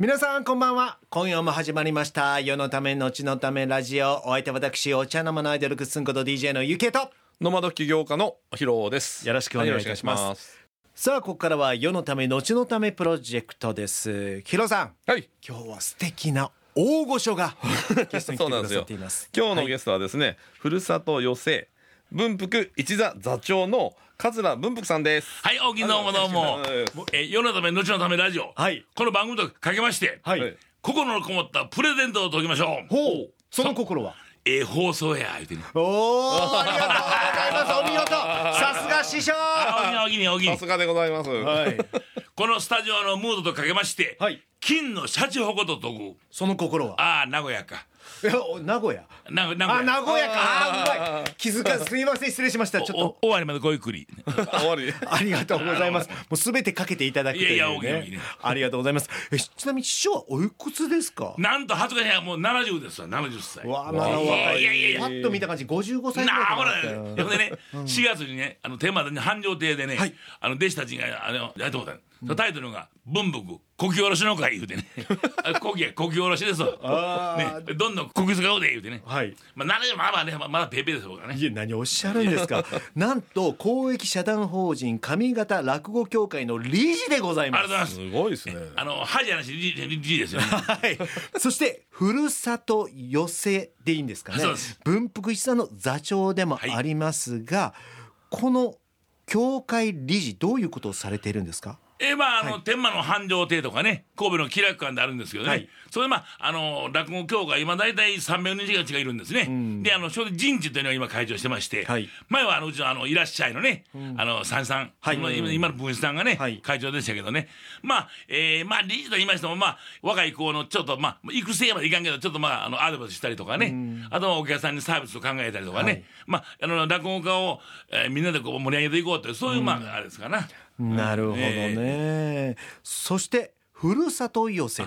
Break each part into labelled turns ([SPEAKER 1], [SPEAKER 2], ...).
[SPEAKER 1] 皆さんこんばんは今夜も始まりました世のため後のためラジオお相手は私お茶の間のアイドルくっすんこと DJ のゆけと
[SPEAKER 2] ノマド起業家のひろです。
[SPEAKER 1] よろしくお願いいたします
[SPEAKER 2] はよろくお願いします。
[SPEAKER 1] さあここからは世のため後のためプロジェクトですヒロさん
[SPEAKER 2] はい。
[SPEAKER 1] 今日は素敵な大御所 がゲストに来
[SPEAKER 2] そう
[SPEAKER 1] て
[SPEAKER 2] なん
[SPEAKER 1] くだ
[SPEAKER 2] です
[SPEAKER 1] さっ
[SPEAKER 2] よ
[SPEAKER 1] ています
[SPEAKER 2] 今日の
[SPEAKER 1] はい
[SPEAKER 2] ゲストはですね、ふるさと寄せ文福一座座長の桂文福さんです。
[SPEAKER 3] はい、大きどうもどうも
[SPEAKER 2] ありがとうございま。
[SPEAKER 3] えー世のため、後のためラジオ。
[SPEAKER 1] はい
[SPEAKER 3] この番組とかけまして、
[SPEAKER 1] はい、
[SPEAKER 2] はい
[SPEAKER 3] 心のこもったプレゼントを解きましょう。
[SPEAKER 1] ほうその心は
[SPEAKER 3] えー放送や、言うてね。
[SPEAKER 1] おおありがとうございますお見事さすが師匠
[SPEAKER 3] あおぎにおぎにお
[SPEAKER 2] さ
[SPEAKER 3] ぎ
[SPEAKER 2] す
[SPEAKER 3] に。
[SPEAKER 2] がでございます。
[SPEAKER 1] はい
[SPEAKER 3] このスタジオのムードとかけまして、
[SPEAKER 1] はい
[SPEAKER 3] 金のシャチホコと解く。
[SPEAKER 1] その心は
[SPEAKER 3] ああ、名古屋か。
[SPEAKER 1] いやお名古屋
[SPEAKER 3] 名古名
[SPEAKER 1] あ
[SPEAKER 3] 古
[SPEAKER 1] 名
[SPEAKER 3] 屋。
[SPEAKER 1] 古屋かあーう
[SPEAKER 2] あ
[SPEAKER 1] まい気づかずすいません失礼しましたちょっ
[SPEAKER 3] お
[SPEAKER 1] と
[SPEAKER 3] お終わりまでごゆっくり。
[SPEAKER 2] 終わり。
[SPEAKER 1] ありがとうございます。もうすべてかけていただくという、ね。
[SPEAKER 3] いやいやお気に入りね
[SPEAKER 1] ありがとうございます。えちなみに師匠はおいくつですか。
[SPEAKER 3] なんと恥ずかしいな、もう70ですわ、70歳。
[SPEAKER 1] わあ、まだお若い。
[SPEAKER 3] いやいやいや
[SPEAKER 1] パッと見た感じ、55歳ぐらい
[SPEAKER 3] なあ、ほら、
[SPEAKER 1] かなって。
[SPEAKER 3] ほんでね、4月にね、あの、テーマでね、繁盛亭でね、
[SPEAKER 1] はい
[SPEAKER 3] あの、弟子たちが、あの、やってもらったのそのタイトルが、文福、こきおろしの会言 うてね、あこきや、こきおろしですわ。
[SPEAKER 1] あ
[SPEAKER 3] ね、どんどんこき使おうで言うてね。
[SPEAKER 1] はい。
[SPEAKER 3] まあ、なるまあまあね、まあまだペーペーですからね
[SPEAKER 1] い。や何をおっしゃるんです かなんと公益社団法人上方落語協会の理事でござい
[SPEAKER 3] あ
[SPEAKER 1] ま
[SPEAKER 3] りがとうご
[SPEAKER 1] す
[SPEAKER 3] ざ
[SPEAKER 2] す
[SPEAKER 3] います。
[SPEAKER 2] ごいですね。
[SPEAKER 3] あの、歯じゃなし、じじじですよね。
[SPEAKER 1] はい、そしてふるさと寄せでいいんですかね
[SPEAKER 3] そうです
[SPEAKER 1] 文福一さんの座長でもありますが、この協会理事どういうことをされているんですか
[SPEAKER 3] えーまあ、あの、天満の繁盛亭とかね、神戸の気楽館であるんですけどね。
[SPEAKER 1] はい
[SPEAKER 3] それでまあ、あの、落語協会、今大体300人近くいるんですね。で、あの、それで人事というのを今会長してまして、
[SPEAKER 1] はい
[SPEAKER 3] 前はあの、うちのあの、いらっしゃいのね、あの、三さん、
[SPEAKER 1] はい
[SPEAKER 3] 今
[SPEAKER 1] うん
[SPEAKER 3] 今の文枝さんがね、
[SPEAKER 1] はい
[SPEAKER 3] 会長でしたけどね。まあ、えーまあ、理事と言いましても、まあ、若い子のちょっと、まあ、育成までいかんけど、ちょっとまあ、あの、アドバイスしたりとかね、あとはお客さんにサービスを考えたりとかね、まあ、あの、落語家を、えーみんなでこう盛り上げていこうという、そういう、まあ、あれですかな。
[SPEAKER 1] なるほどね、そしてふるさと寄せ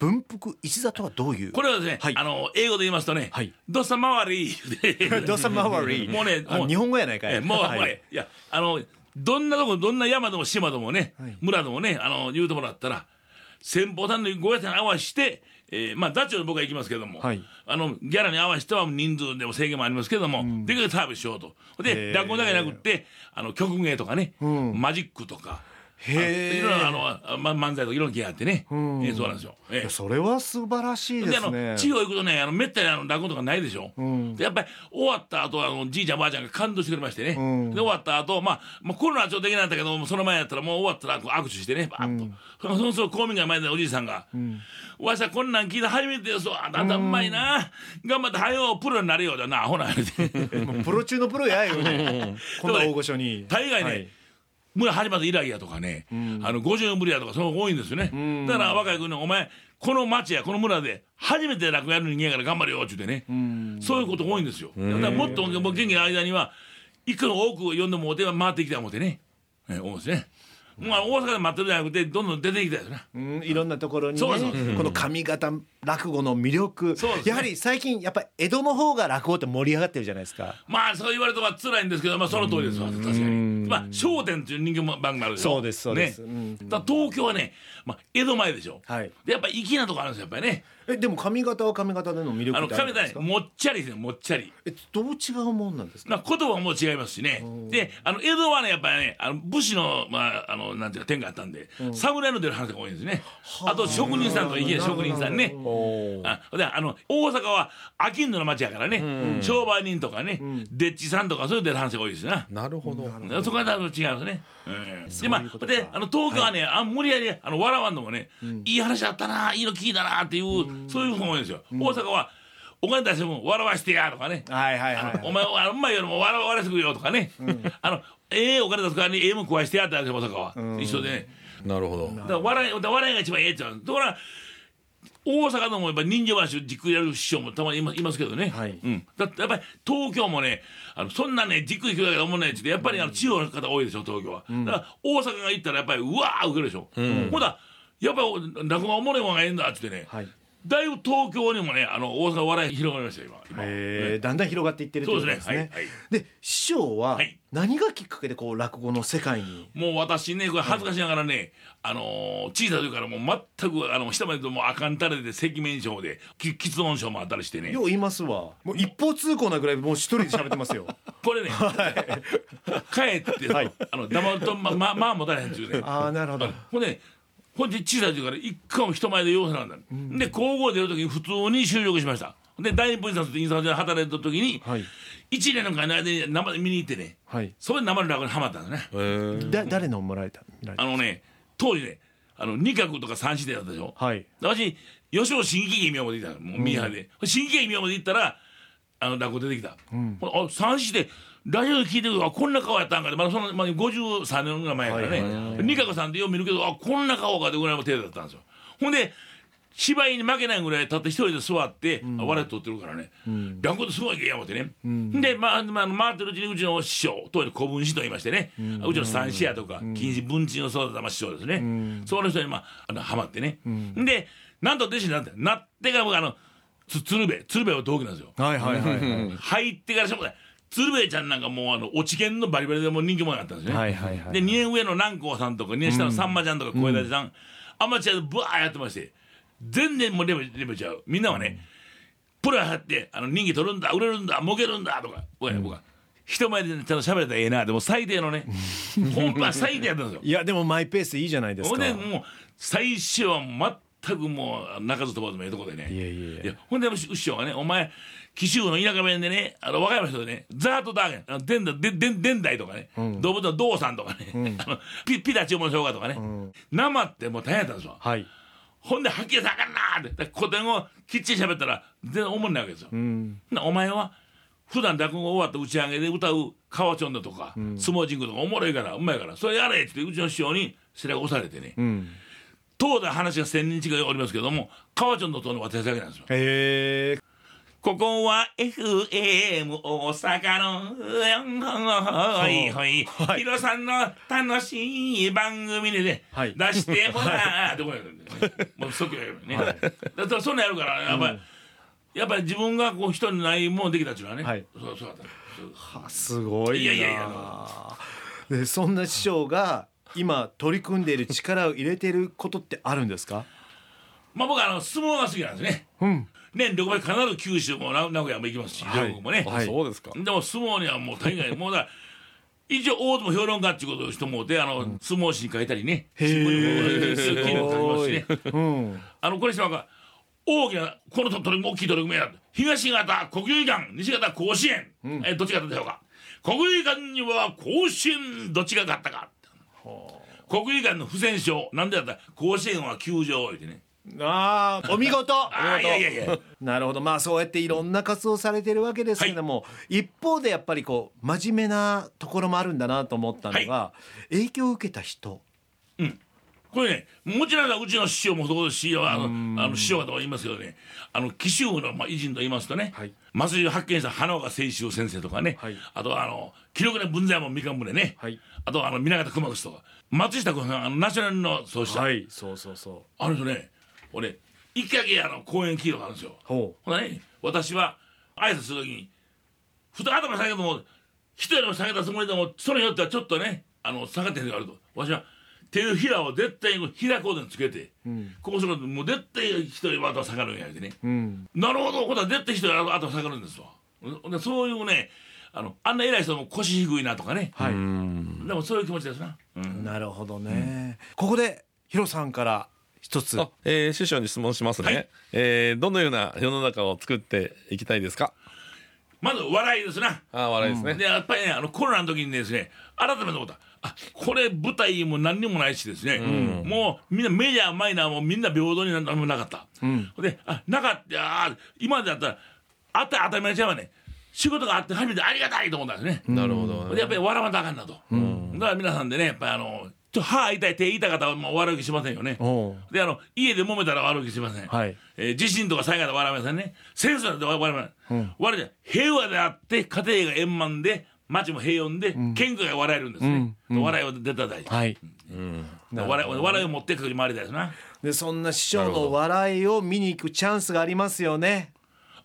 [SPEAKER 1] 文福一座とはどういう
[SPEAKER 3] これはですね、
[SPEAKER 1] はい
[SPEAKER 3] あの英語で言いますとね、
[SPEAKER 1] はい
[SPEAKER 3] ドサ回り
[SPEAKER 1] どさまわり
[SPEAKER 3] もうね
[SPEAKER 1] あ
[SPEAKER 3] もう
[SPEAKER 1] 日本語やないか
[SPEAKER 3] え
[SPEAKER 1] い
[SPEAKER 3] もう、
[SPEAKER 1] はい
[SPEAKER 3] もうねいやあのどんなとこどんな山でも島でもね、
[SPEAKER 1] はい
[SPEAKER 3] 村でもねあの言うてもらったら先方さんのご家庭に合わせて、えーまあ座長に僕は行きますけども、
[SPEAKER 1] はい
[SPEAKER 3] あのギャラに合わせては人数でも制限もありますけども、できるだけサービスしようと
[SPEAKER 1] へー
[SPEAKER 3] で落語だけじゃなくってあの曲芸とかね、マジックとかあの
[SPEAKER 1] へー
[SPEAKER 3] いろいろあの、ま、漫才とかいろんな芸あってね、えーそうなんですよ。え
[SPEAKER 1] い
[SPEAKER 3] ー
[SPEAKER 1] やそれは素晴らしいで
[SPEAKER 3] ですあ
[SPEAKER 1] ね
[SPEAKER 3] の地方行くとねあのめったにあの落語とかないでしょ、でやっぱり終わった後あのじいちゃんばあちゃんが感動してくれましてね、で終わった後、まあ、まあコロナはちょっとできなかったけどもうその前やったらもう終わったらこう握手してねバーッと、そのそのその公民館前でおじいさんが「わしはこんなん聞いた初めてですわあんたうまいな頑張ってはよプロになれよ」だなアホな言うて
[SPEAKER 1] もうプロ中のプロやよねこんな大御所に
[SPEAKER 3] 大概ね、
[SPEAKER 1] はい
[SPEAKER 3] 村始まって以来やとかね、あの50年ぶりやとかその多いんですよね、だから若い君に「お前この町やこの村で初めて落語やる人間やから頑張れよ」って言ってね、そういうことが多いんですよ、だからもっともう元気な間には一個の多く呼んでもお手が回ってきた思ってね、え思うんですねまあ大阪で待ってるじゃなくてどんどん出てきたよな
[SPEAKER 1] うんいろんなところにね
[SPEAKER 3] そうそう
[SPEAKER 1] この上方落語の魅力
[SPEAKER 3] そうですね
[SPEAKER 1] やはり最近やっぱり江戸の方が落語って盛り上がってるじゃないですか
[SPEAKER 3] まあそう言われたら辛いんですけど、まあ、その通りですわ確かに「まあ、笑点」という人間番組もあるでしょ
[SPEAKER 1] そうですそうです
[SPEAKER 3] ね
[SPEAKER 1] うん
[SPEAKER 3] だから東京はね、まあ、江戸前でしょ、
[SPEAKER 1] はい
[SPEAKER 3] でやっぱ粋なとこあるんですよやっぱりね
[SPEAKER 1] えでも上方は上方での魅力
[SPEAKER 3] あの
[SPEAKER 1] ってある
[SPEAKER 3] 亀
[SPEAKER 1] んで
[SPEAKER 3] 田
[SPEAKER 1] す
[SPEAKER 3] ね
[SPEAKER 1] か
[SPEAKER 3] もっちゃりですねもっちゃり
[SPEAKER 1] えどう違うもんなんですか
[SPEAKER 3] まあ言葉も違いますしねであの江戸はねやっぱりねあの武士の,、まあ、あのなんていうか天があったんで、侍の出る話が多いんですねあと職人さんとかいきなり職人さんねあであの大阪は商人の町やからね、商売人とかね、でっちさんとかそういう出る話が多いですな、
[SPEAKER 2] なるほど。
[SPEAKER 3] そこはだいぶ違うんですね。うんで、ま
[SPEAKER 1] こと
[SPEAKER 3] あ、
[SPEAKER 1] か
[SPEAKER 3] で、あの、東京はね、あ無理やり、あの、笑わんのもね、いい話あったな、いいの聞いたな、っていう、そういう方が多いんですよ。大阪は、お金出しても笑わしてや、とかね。
[SPEAKER 1] はいはいはい
[SPEAKER 3] あのお前、あのうまいよりも笑われてくれよ、とかね。あの、ええお金出すからに、ええもん食わしてや、ってあるんですよ、大阪は。一緒でね。
[SPEAKER 2] なるほど。
[SPEAKER 3] だから笑い、だから笑いが一番ええってなるところが大阪でもやっぱ人情話をじっくりやる師匠もたまにいまいますけどね、
[SPEAKER 1] はい
[SPEAKER 3] うん、だってやっぱり東京もねあのそんなねじっくり聞くだけで思わないってやっぱりあの地方の方多いでしょ東京は、だから大阪が行ったらやっぱりうわー受けるでしょ、ほんだらやっぱり落語はおもろいもんがええんだっつってね、
[SPEAKER 1] はい
[SPEAKER 3] だいぶ東京にもねあの大阪笑い広がりました今今
[SPEAKER 1] えーだんだん広がっていってるということですね。
[SPEAKER 3] そうですね
[SPEAKER 1] で師匠は
[SPEAKER 3] はい
[SPEAKER 1] 何がきっかけでこう落語の世界に
[SPEAKER 3] もう私ねこれ恥ずかしながらね、あのー小さい時からもう全くあの下までもうあかんたれで赤面症でき喫音症もあったりしてね
[SPEAKER 1] よう言いますわもう一方通行なぐらいもう一人で喋ってます よ
[SPEAKER 3] これね、帰って、
[SPEAKER 1] はい
[SPEAKER 3] あの黙るとまままあもたれへんっちゅうね
[SPEAKER 1] ああなるほど
[SPEAKER 3] ほんでほんで小さい時から一回も人前で様子なんだ、で高校出る時に普通に就職しましたで第二部印刷って印刷所で働いた時に、
[SPEAKER 1] はい
[SPEAKER 3] 一年の間の間に生で見に行ってね
[SPEAKER 1] はい
[SPEAKER 3] それで生の落語にハマったんだね
[SPEAKER 1] だ誰のもらえた見られ
[SPEAKER 3] あ
[SPEAKER 1] た
[SPEAKER 3] のね当時ねあの二角とか三四でだったでしょ、
[SPEAKER 1] はい
[SPEAKER 3] 私吉本新喜劇宮まで行ったのもうミーハーで、新喜劇宮まで行ったらあの落語出てきた、ほらあ三四でラジオで聞いてるけどあこんな顔やったんかでまだその、まあ、53年ぐらい前やからね、二角さんってよう見るけどあこんな顔かでぐらいの程度だったんですよほんで芝居に負けないぐらい立って一人で座って、あ笑い取ってるからね、落語ってすごい芸や思ってね、で、まあまあ、回ってるうちにうちの師匠当時古文師と言いましてね、うちの三師やとか金子文鎮を育てたまあ師匠ですね、その人にまああのハマってね、でなんと弟子になってなってから僕あのつ鶴瓶鶴瓶は同期なんですよ
[SPEAKER 1] はいはいはいはい
[SPEAKER 3] 入ってからしょうがない鶴瓶ちゃんなんかもうあの落ち研のバリバリでもう人気者だったんですね、
[SPEAKER 1] はいはいはい
[SPEAKER 3] で2年上の南光さんとか2年下のさんまちゃんとか小枝さん、アマチュアでブワーやってまして全然もうレベルレベルちゃうみんなはね、プロ入ってあの人気取るんだ売れるんだ儲けるんだとか僕は,、僕は人前でちゃんと喋れたらええなでも最低のね本番最低やったんです よ
[SPEAKER 1] いやでもマイペースいいじゃないです
[SPEAKER 3] ほん
[SPEAKER 1] か
[SPEAKER 3] でもう最初は全くもう泣かず飛ばずもええとこでね
[SPEAKER 1] いえいえ
[SPEAKER 3] ほんでうし師匠がねお前紀州の田舎弁でねあの和歌山の人でねザートダーゲンあのでんだででんでんだいとかね、動物のドウさんとかね、あのピピタ注文しようかとかね、生ってもう大変やったんですよ
[SPEAKER 1] はい
[SPEAKER 3] ほんではっきりさあかんなーってだから古典をきっちり喋ったら全然おもんないわけですよ、なお前は普段落語終わった打ち上げで歌う川ちょんだとか、相撲神宮とかおもろいからうまいからそれやれってうちの師匠に背中押されてね、東大話が千人近いおりますけども川ちゃんのとの私だけなんですよ
[SPEAKER 1] へえ
[SPEAKER 3] ここは FM 大阪のほいほい、
[SPEAKER 1] はい
[SPEAKER 3] ヒロさんの楽しい番組でね、
[SPEAKER 1] はい
[SPEAKER 3] 出して もらうってこうやるんだよねもう即やるね、だからそんなんやるからやっぱり、やっぱり自分がこう人にないもんできたっていうのはね、
[SPEAKER 1] はい
[SPEAKER 3] そうそうだったそう
[SPEAKER 1] すごいない
[SPEAKER 3] やいやいや
[SPEAKER 1] でそんな師匠が今取り組んでいる力を入れてることってあるんですか
[SPEAKER 3] まあ僕はあの相撲が好きなんですね、
[SPEAKER 1] ん
[SPEAKER 3] 年6倍必ず九州も名名古屋も行きますし
[SPEAKER 1] はい
[SPEAKER 3] 全国もね、
[SPEAKER 1] はい
[SPEAKER 2] そうですか。
[SPEAKER 3] でも相撲にはもう大概もうだ一応大相撲評論家っていうことをしてもうてあの、相撲誌に書いたりね
[SPEAKER 1] へー
[SPEAKER 3] 新聞にもすごい記事を書きますしね
[SPEAKER 1] うん
[SPEAKER 3] あのこれ島が大きなこの取り大きい取り組みやと東型国技館西型甲子園、えどっちが勝ったでしょうか国技館には甲子園どっちが勝ったか国技館の不戦勝なんでだったら甲子園は球場置いてね
[SPEAKER 1] あ ーお見事
[SPEAKER 3] ああいやいやいや
[SPEAKER 1] なるほどまあそうやっていろんな活動をされてるわけですけども、一方でやっぱりこう真面目なところもあるんだなと思ったのが、影響を受けた人
[SPEAKER 3] これねもちろんうちの師匠もそうですしあのあの師匠方も言いますけどねあの紀州部の、まあ、偉人と言いますとね、
[SPEAKER 1] はい
[SPEAKER 3] 松井を発見した花岡清舟先生とかね、
[SPEAKER 1] はい
[SPEAKER 3] あとはあの記録の文在衛門三冠宗ね、
[SPEAKER 1] はい
[SPEAKER 3] あとはあの南方熊楠とか松下君さんあのナショナルの創始者、
[SPEAKER 1] いそうそうそう
[SPEAKER 3] あの人ね俺一回だけあの公演聞いたことあるんですよ
[SPEAKER 1] ほう
[SPEAKER 3] ほらね私は挨拶するときにふと頭下げても一人も下げたつもりでもそれによってはちょっとねあの下がってるのがあるとわしは手のひらを絶対にひらこうでつけて、こうするともう絶対一人は後は下がるんやでね、
[SPEAKER 1] うん
[SPEAKER 3] なるほどほら絶対一人は後は下がるんですわほんでそういうねあのあんな偉い人も腰低いなとかね、
[SPEAKER 1] はい
[SPEAKER 3] でもそういう気持ちですな、うん
[SPEAKER 1] なるほどね、ここでヒロさんから一つ
[SPEAKER 2] あ、えー、師匠に質問しますね。
[SPEAKER 3] はい
[SPEAKER 2] えーどのような世の中を作っていきたいですか。
[SPEAKER 3] まず笑いですな
[SPEAKER 2] あー、笑いですね。
[SPEAKER 3] でやっぱりねあのコロナの時にですね改めて思ったあこれ舞台も何にもないしですね、もうみんなメジャーマイナーもみんな平等になんもなかった、であなかったあー今までだったらあったら当たり前ちゃうわね仕事があって初めてありがたいと思ったんですね、
[SPEAKER 2] なるほど、ね。
[SPEAKER 3] でやっぱり笑わなあかんなと、だから皆さんでねやっぱりあのちょっと歯痛い手痛い方はもう悪気しませんよね
[SPEAKER 1] おう
[SPEAKER 3] であの家で揉めたら悪気しません、
[SPEAKER 1] はい
[SPEAKER 3] えー地震とか災害で笑いませんね戦争だって笑いません、笑いじゃない平和であって家庭が円満で町も平穏で、県外が笑えるんですね、笑いは出たら大事、
[SPEAKER 1] はい
[SPEAKER 3] 笑い笑いを持ってくる回りたいですな
[SPEAKER 1] でそんな師匠
[SPEAKER 2] なるほ
[SPEAKER 1] の
[SPEAKER 2] ど
[SPEAKER 1] 笑いを見に行くチャンスがありますよね。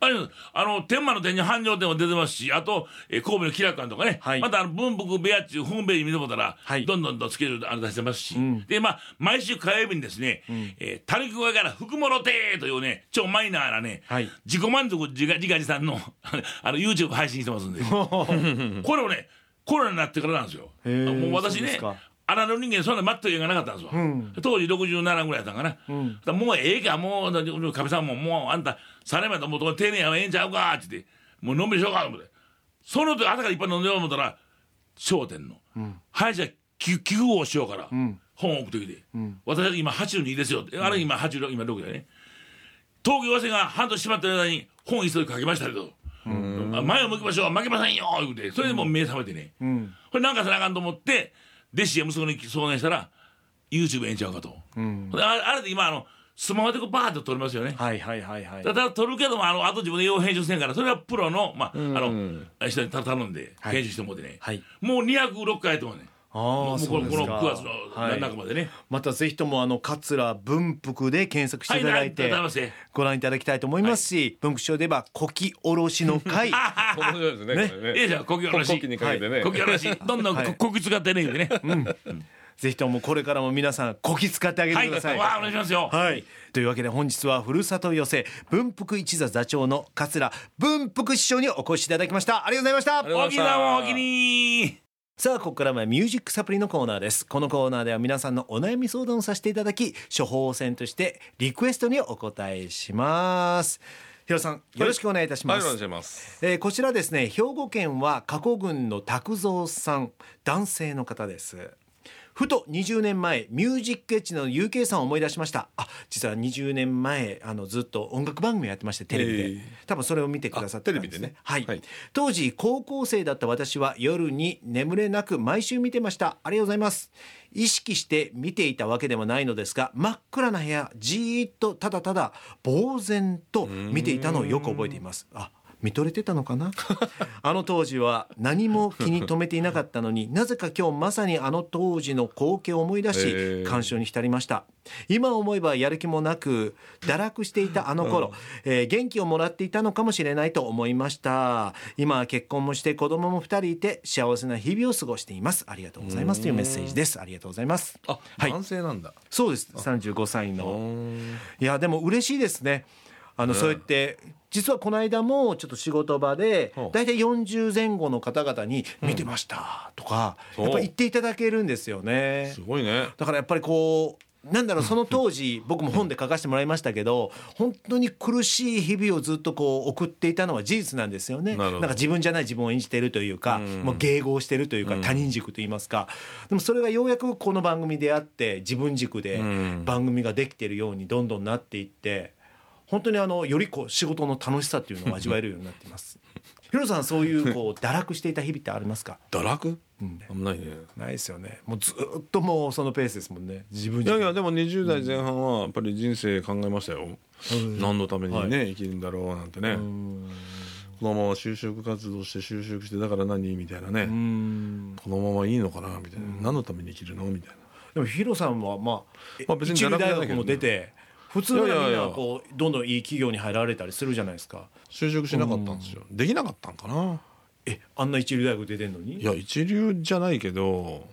[SPEAKER 3] あれあの天満の天に繁盛店も出てますしあと、えー神戸の喜楽館とかね、
[SPEAKER 1] はい
[SPEAKER 3] またあの文福部屋っていうホームページ見てもらったら、
[SPEAKER 1] はい
[SPEAKER 3] どんどんとスケジュールあの出してますし、でまあ毎週火曜日にですね「えーたるくがから福物亭」というね超マイナーなね、
[SPEAKER 1] はい
[SPEAKER 3] 自己満足自画自画自賛の あの YouTube 配信してます んでこれをねコロナになってからなんですよ。
[SPEAKER 1] へー
[SPEAKER 3] もう私
[SPEAKER 1] そうで
[SPEAKER 3] ね
[SPEAKER 1] すか
[SPEAKER 3] アナの人間そんな待ってるがなかったんですわ、当時67ぐらいやったんかな、だからもうええかもうだかみさんももうあんたされまともう丁寧やわええんちゃうかって言ってもう飲んびりしようかと思ってその時朝からいっぱい飲んでよう思ったら『笑点』の歯医者寄寄付をしようから、本を置く時で、私は今82ですよってあれ今86今6だよね東京寄せが半年しまってる間に本一冊書きましたけど、あ前を向きましょう負けませんよ言うてそれでもう目覚めてね、これなんかせなあかんと思って弟子や息子に相談したら YouTube ええんちゃうかと、でああれで今あのスマホでこうバーッと撮りますよね、
[SPEAKER 1] はいはいはいはい。
[SPEAKER 3] ただ撮るけどもあのあと自分で用編集せんからそれはプロの,、まあ、あの人に頼んで
[SPEAKER 1] い
[SPEAKER 3] 編集してもらってね、
[SPEAKER 1] はい
[SPEAKER 3] もう206回とかね
[SPEAKER 1] あ
[SPEAKER 3] も
[SPEAKER 1] あ
[SPEAKER 3] う
[SPEAKER 1] そ
[SPEAKER 3] こ
[SPEAKER 1] う
[SPEAKER 3] の
[SPEAKER 1] で
[SPEAKER 3] こ
[SPEAKER 1] す
[SPEAKER 3] の
[SPEAKER 1] か。
[SPEAKER 3] 9月の
[SPEAKER 1] はい
[SPEAKER 3] 中までね、
[SPEAKER 1] またぜひともあの桂文福で検索していただい
[SPEAKER 3] は
[SPEAKER 1] て
[SPEAKER 3] いありがとうございます
[SPEAKER 1] ご覧いただきたいと思いますし、文福師匠で言えば「こきおろしの会」
[SPEAKER 2] 面白いですね。
[SPEAKER 1] ね
[SPEAKER 2] こ
[SPEAKER 3] え
[SPEAKER 2] れ
[SPEAKER 3] えじゃん呼吸
[SPEAKER 2] こ
[SPEAKER 3] らし
[SPEAKER 2] こ
[SPEAKER 3] い
[SPEAKER 2] きにかけてね。
[SPEAKER 3] こきらしいどんどんこ
[SPEAKER 1] はい
[SPEAKER 3] こき使ってね言うてね
[SPEAKER 1] ぜひともこれからも皆さんこき使ってあげて
[SPEAKER 3] はい
[SPEAKER 1] ください。
[SPEAKER 3] わあお願いしますよ
[SPEAKER 1] はい、というわけで本日はふるさと寄せ文福一座座長の桂文福師匠にお越しいただきましたありがとうございました
[SPEAKER 2] りがとうございました
[SPEAKER 3] 大きなもんおきに
[SPEAKER 1] さあここからはミュージックサプリのコーナーですこのコーナーでは皆さんのお悩み相談をさせていただき処方箋としてリクエストにお答えしますヒロさんよろしくお願いいたし
[SPEAKER 2] はい
[SPEAKER 1] ます、
[SPEAKER 2] お願いします。
[SPEAKER 1] えーこちらですね兵庫県は加古郡の拓三さん男性の方ですふと20年前ミュージックエッジの UK さんを思い出しましたあ実は20年前あのずっと音楽番組をやってましてテレビで、
[SPEAKER 2] ええ
[SPEAKER 1] 多分それを見てくださってたんです
[SPEAKER 2] あテレビでね
[SPEAKER 1] はい、
[SPEAKER 2] はい
[SPEAKER 1] 当時高校生だった私は夜に眠れなく毎週見てましたありがとうございます意識して見ていたわけではないのですが真っ暗な部屋じーっとただただ呆然と見ていたのをよく覚えていますあ見とれてたのかな あの当時は何も気に留めていなかったのになぜか今日まさにあの当時の光景を思い出
[SPEAKER 2] へ
[SPEAKER 1] し
[SPEAKER 2] ー
[SPEAKER 1] 感傷に浸りました今思えばやる気もなく堕落していたあの頃、えー元気をもらっていたのかもしれないと思いました今は結婚もして子供も2人いて幸せな日々を過ごしていますありがとうございますというメッセージですありがとうございます
[SPEAKER 2] あ、
[SPEAKER 1] はい
[SPEAKER 2] 男性なんだ。
[SPEAKER 1] そうです35歳の
[SPEAKER 2] うん
[SPEAKER 1] いやでも嬉しいですねあの、そうやって実はこの間もちょっと仕事場で
[SPEAKER 2] ほう
[SPEAKER 1] 大体40前後の方々に「見てました」とか、
[SPEAKER 2] そう
[SPEAKER 1] やっぱ言っていただけるんですよね。
[SPEAKER 2] すごいね。
[SPEAKER 1] だからやっぱりこうなんだろうその当時僕も本で書かせてもらいましたけど本当に苦しい日々をずっとこう送っていたのは事実なんですよね
[SPEAKER 2] なるほ
[SPEAKER 1] ん
[SPEAKER 2] ど
[SPEAKER 1] か自分じゃない自分を演じてるというかもう迎合してるというか他人軸といいますかでもそれがようやくこの番組であって自分軸で
[SPEAKER 2] ん
[SPEAKER 1] 番組ができてるようにどんどんなっていって本当にあのよりこう仕事の楽しさっていうのを味わえるようになっています。ヒロさんそういうこう堕落していた日々ってありますか
[SPEAKER 2] 堕落？
[SPEAKER 1] ん
[SPEAKER 2] あんまないね。
[SPEAKER 1] ないですよねもうずっともうそのペースですもんね自分
[SPEAKER 2] い
[SPEAKER 1] 軸
[SPEAKER 2] やいやでも20代前半はやっぱり人生考えましたよ、何のためにね、生きるんだろうなんてねこのまま就職活動して就職してだから何みたいなね、このままいいのかなみたいな、何のために生きるのみたいな
[SPEAKER 1] でもヒロさんはまあ、
[SPEAKER 2] まあ別に
[SPEAKER 1] 一流
[SPEAKER 2] 堕落じゃ
[SPEAKER 1] 大
[SPEAKER 2] ないけどね
[SPEAKER 1] 学も出て普通のみん
[SPEAKER 2] いやいやい
[SPEAKER 1] な
[SPEAKER 2] や
[SPEAKER 1] こうどんどんいい企業に入られたりするじゃないですか
[SPEAKER 2] 就職しなかったんですよ、できなかったんかな
[SPEAKER 1] えあんな一流大学出てんの
[SPEAKER 2] い
[SPEAKER 1] に
[SPEAKER 2] や一流じゃないけど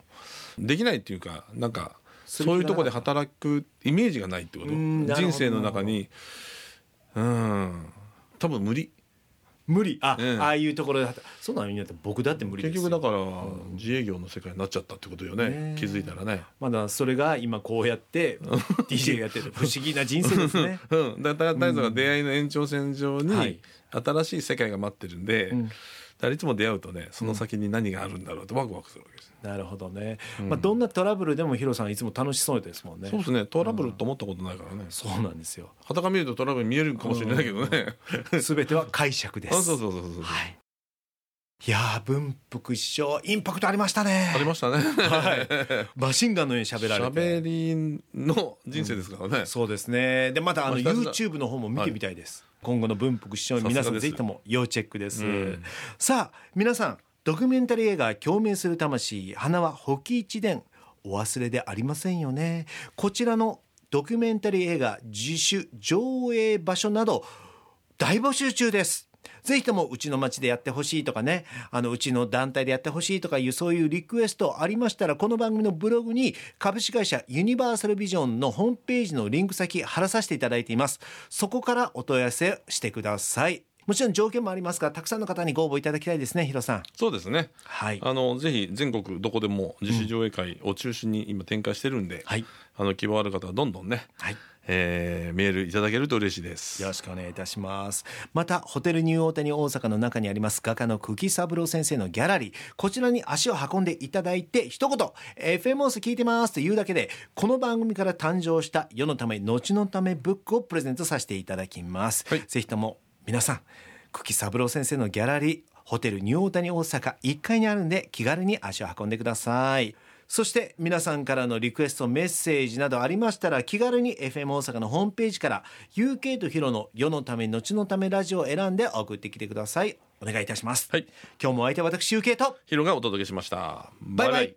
[SPEAKER 2] できないっていうかなんか
[SPEAKER 1] する気が
[SPEAKER 2] そういうとこで働くイメージがないってこと
[SPEAKER 1] うんなるほど
[SPEAKER 2] 人生の中にうん多分無理
[SPEAKER 1] 無理あ、
[SPEAKER 2] うん
[SPEAKER 1] ああいうところで働そんなのみんなって僕だって無理で
[SPEAKER 2] 結
[SPEAKER 1] すよ
[SPEAKER 2] 局だから自営業の世界になっちゃったってことよね
[SPEAKER 1] ねえ
[SPEAKER 2] 気づいたらね。
[SPEAKER 1] まだそれが今こうやって DJ やってて不思議な人生ですね
[SPEAKER 2] うん、だから大豆が出会いの延長線上
[SPEAKER 1] はい
[SPEAKER 2] に新しい世界が待ってるんで、だからいつも出会うとねその先に何があるんだろうとワクワクするわけです、
[SPEAKER 1] なるほどね、まあ、どんなトラブルでもヒロさんいつも楽しそうですもんね
[SPEAKER 2] そうですねトラブルと思ったことないからね
[SPEAKER 1] そうなんですよ
[SPEAKER 2] はたから見るとトラブルに見えるかもしれないけどね、
[SPEAKER 1] 全ては解釈です
[SPEAKER 2] あ そうそうそうそう、
[SPEAKER 1] はい、いやー文福師匠インパクトありましたね
[SPEAKER 2] ありましたね
[SPEAKER 1] はい、マシンガンのように喋られて
[SPEAKER 2] 喋りの人生ですからね、
[SPEAKER 1] そうですねでまたあの
[SPEAKER 2] まあひたすら
[SPEAKER 1] YouTube の方も見てみたいです、今後の文福師匠に
[SPEAKER 2] さすが
[SPEAKER 1] 皆さん
[SPEAKER 2] です
[SPEAKER 1] ぜひとも要チェックです、
[SPEAKER 2] うん
[SPEAKER 1] さあ皆さんドキュメンタリー映画「共鳴する魂花は保木一伝」お忘れでありませんよねこちらのドキュメンタリー映画自主上映場所など大募集中です。ぜひともうちの町でやってほしいとかね、あのうちの団体でやってほしいとかいうそういうリクエストありましたら、この番組のブログに株式会社ユニバーサルビジョンのホームページのリンク先貼らさせていただいています。そこからお問い合わせしてください。もちろん条件もありますが、たくさんの方にご応募いただきたいですね、ヒロさん。
[SPEAKER 2] そうですね、
[SPEAKER 1] はい
[SPEAKER 2] あのぜひ全国どこでも実施上映会を中心に今展開してるんで、
[SPEAKER 1] はい
[SPEAKER 2] あの希望ある方はどんどんね、
[SPEAKER 1] はい
[SPEAKER 2] えーメールいただけると嬉しいです
[SPEAKER 1] よろしくお願いいたします。また、ホテルニューオータニ大阪の中にあります画家の久喜三郎先生のギャラリー、こちらに足を運んでいただいて、一言、FM オス聞いてますというだけで、この番組から誕生した世のため、後のためブックをプレゼントさせていただきます。
[SPEAKER 2] はい
[SPEAKER 1] ぜひとも皆さん、久喜三郎先生のギャラリー、ホテルニューオータニ大阪1階にあるんで気軽に足を運んでください。そして皆さんからのリクエストメッセージなどありましたら気軽に FM 大阪のホームページから UK とヒロの世のため後のためラジオを選んで送ってきてください。お願いいたします。
[SPEAKER 2] はい
[SPEAKER 1] 今日もお相手は私 UK と
[SPEAKER 2] ヒロがお届けしました
[SPEAKER 1] バイバイ